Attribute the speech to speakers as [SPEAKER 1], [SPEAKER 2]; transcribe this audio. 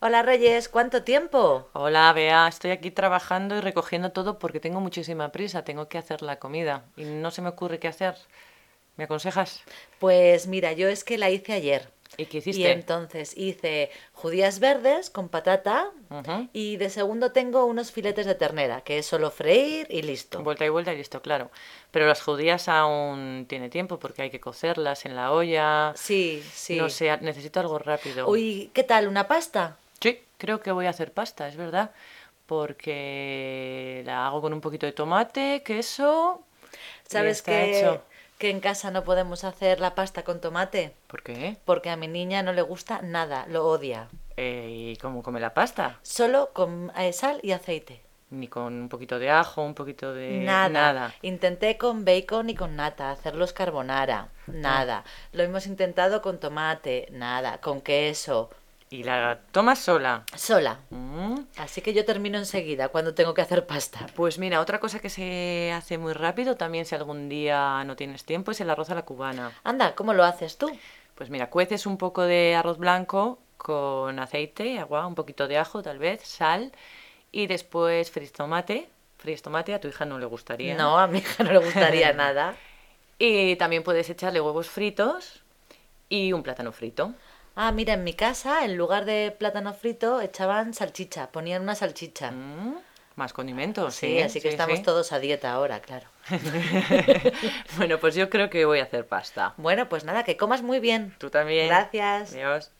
[SPEAKER 1] Hola Reyes, ¿cuánto tiempo?
[SPEAKER 2] Hola, Bea, estoy aquí trabajando y recogiendo todo porque tengo muchísima prisa, tengo que hacer la comida y no se me ocurre qué hacer. ¿Me aconsejas?
[SPEAKER 1] Pues mira, yo es que la hice ayer.
[SPEAKER 2] ¿Y qué hiciste?
[SPEAKER 1] Y entonces hice judías verdes con patata
[SPEAKER 2] Ujú.
[SPEAKER 1] y de segundo tengo unos filetes de ternera, que es solo freír y listo.
[SPEAKER 2] Vuelta y vuelta y listo, claro. Pero las judías aún tiene tiempo porque hay que cocerlas en la olla.
[SPEAKER 1] Sí, sí.
[SPEAKER 2] No sé, necesito algo rápido.
[SPEAKER 1] Uy, ¿qué tal? ¿Una pasta?
[SPEAKER 2] Sí, creo que voy a hacer pasta, es verdad. Porque la hago con un poquito de tomate, queso. y
[SPEAKER 1] ¿Sabes
[SPEAKER 2] está
[SPEAKER 1] que,
[SPEAKER 2] hecho.
[SPEAKER 1] que en casa no podemos hacer la pasta con tomate?
[SPEAKER 2] ¿Por qué?
[SPEAKER 1] Porque a mi niña no le gusta nada, lo odia.
[SPEAKER 2] Eh, ¿Y cómo come la pasta?
[SPEAKER 1] Solo con eh, sal y aceite.
[SPEAKER 2] Ni con un poquito de ajo, un poquito de.
[SPEAKER 1] Nada. Intenté con bacon y con nata hacerlos carbonara. Nada.
[SPEAKER 2] Ah.
[SPEAKER 1] Lo hemos intentado con tomate. Nada. Con queso.
[SPEAKER 2] Y la tomas sola.
[SPEAKER 1] Sola.
[SPEAKER 2] Mm.
[SPEAKER 1] Así que yo termino enseguida cuando tengo que hacer pasta.
[SPEAKER 2] Pues mira, otra cosa que se hace muy rápido, también si algún día no tienes tiempo, es el arroz a la cubana.
[SPEAKER 1] Anda, ¿cómo lo haces tú?
[SPEAKER 2] Pues mira, cueces un poco de arroz blanco con aceite, agua, un poquito de ajo tal vez, sal y después fríes tomate. Fríes tomate, a tu hija no le gustaría.
[SPEAKER 1] No, a mi hija no le gustaría nada.
[SPEAKER 2] Y también puedes echarle huevos fritos y un plátano frito.
[SPEAKER 1] Ah, mira, en mi casa, en lugar de plátano frito, echaban salchicha. Ponían una salchicha.
[SPEAKER 2] Mm, Más condimentos, sí.
[SPEAKER 1] sí, así que
[SPEAKER 2] sí,
[SPEAKER 1] estamos
[SPEAKER 2] sí.
[SPEAKER 1] todos a dieta ahora, claro.
[SPEAKER 2] bueno, pues yo creo que voy a hacer pasta.
[SPEAKER 1] Bueno, pues nada, que comas muy bien.
[SPEAKER 2] Tú también.
[SPEAKER 1] Gracias.
[SPEAKER 2] Adiós.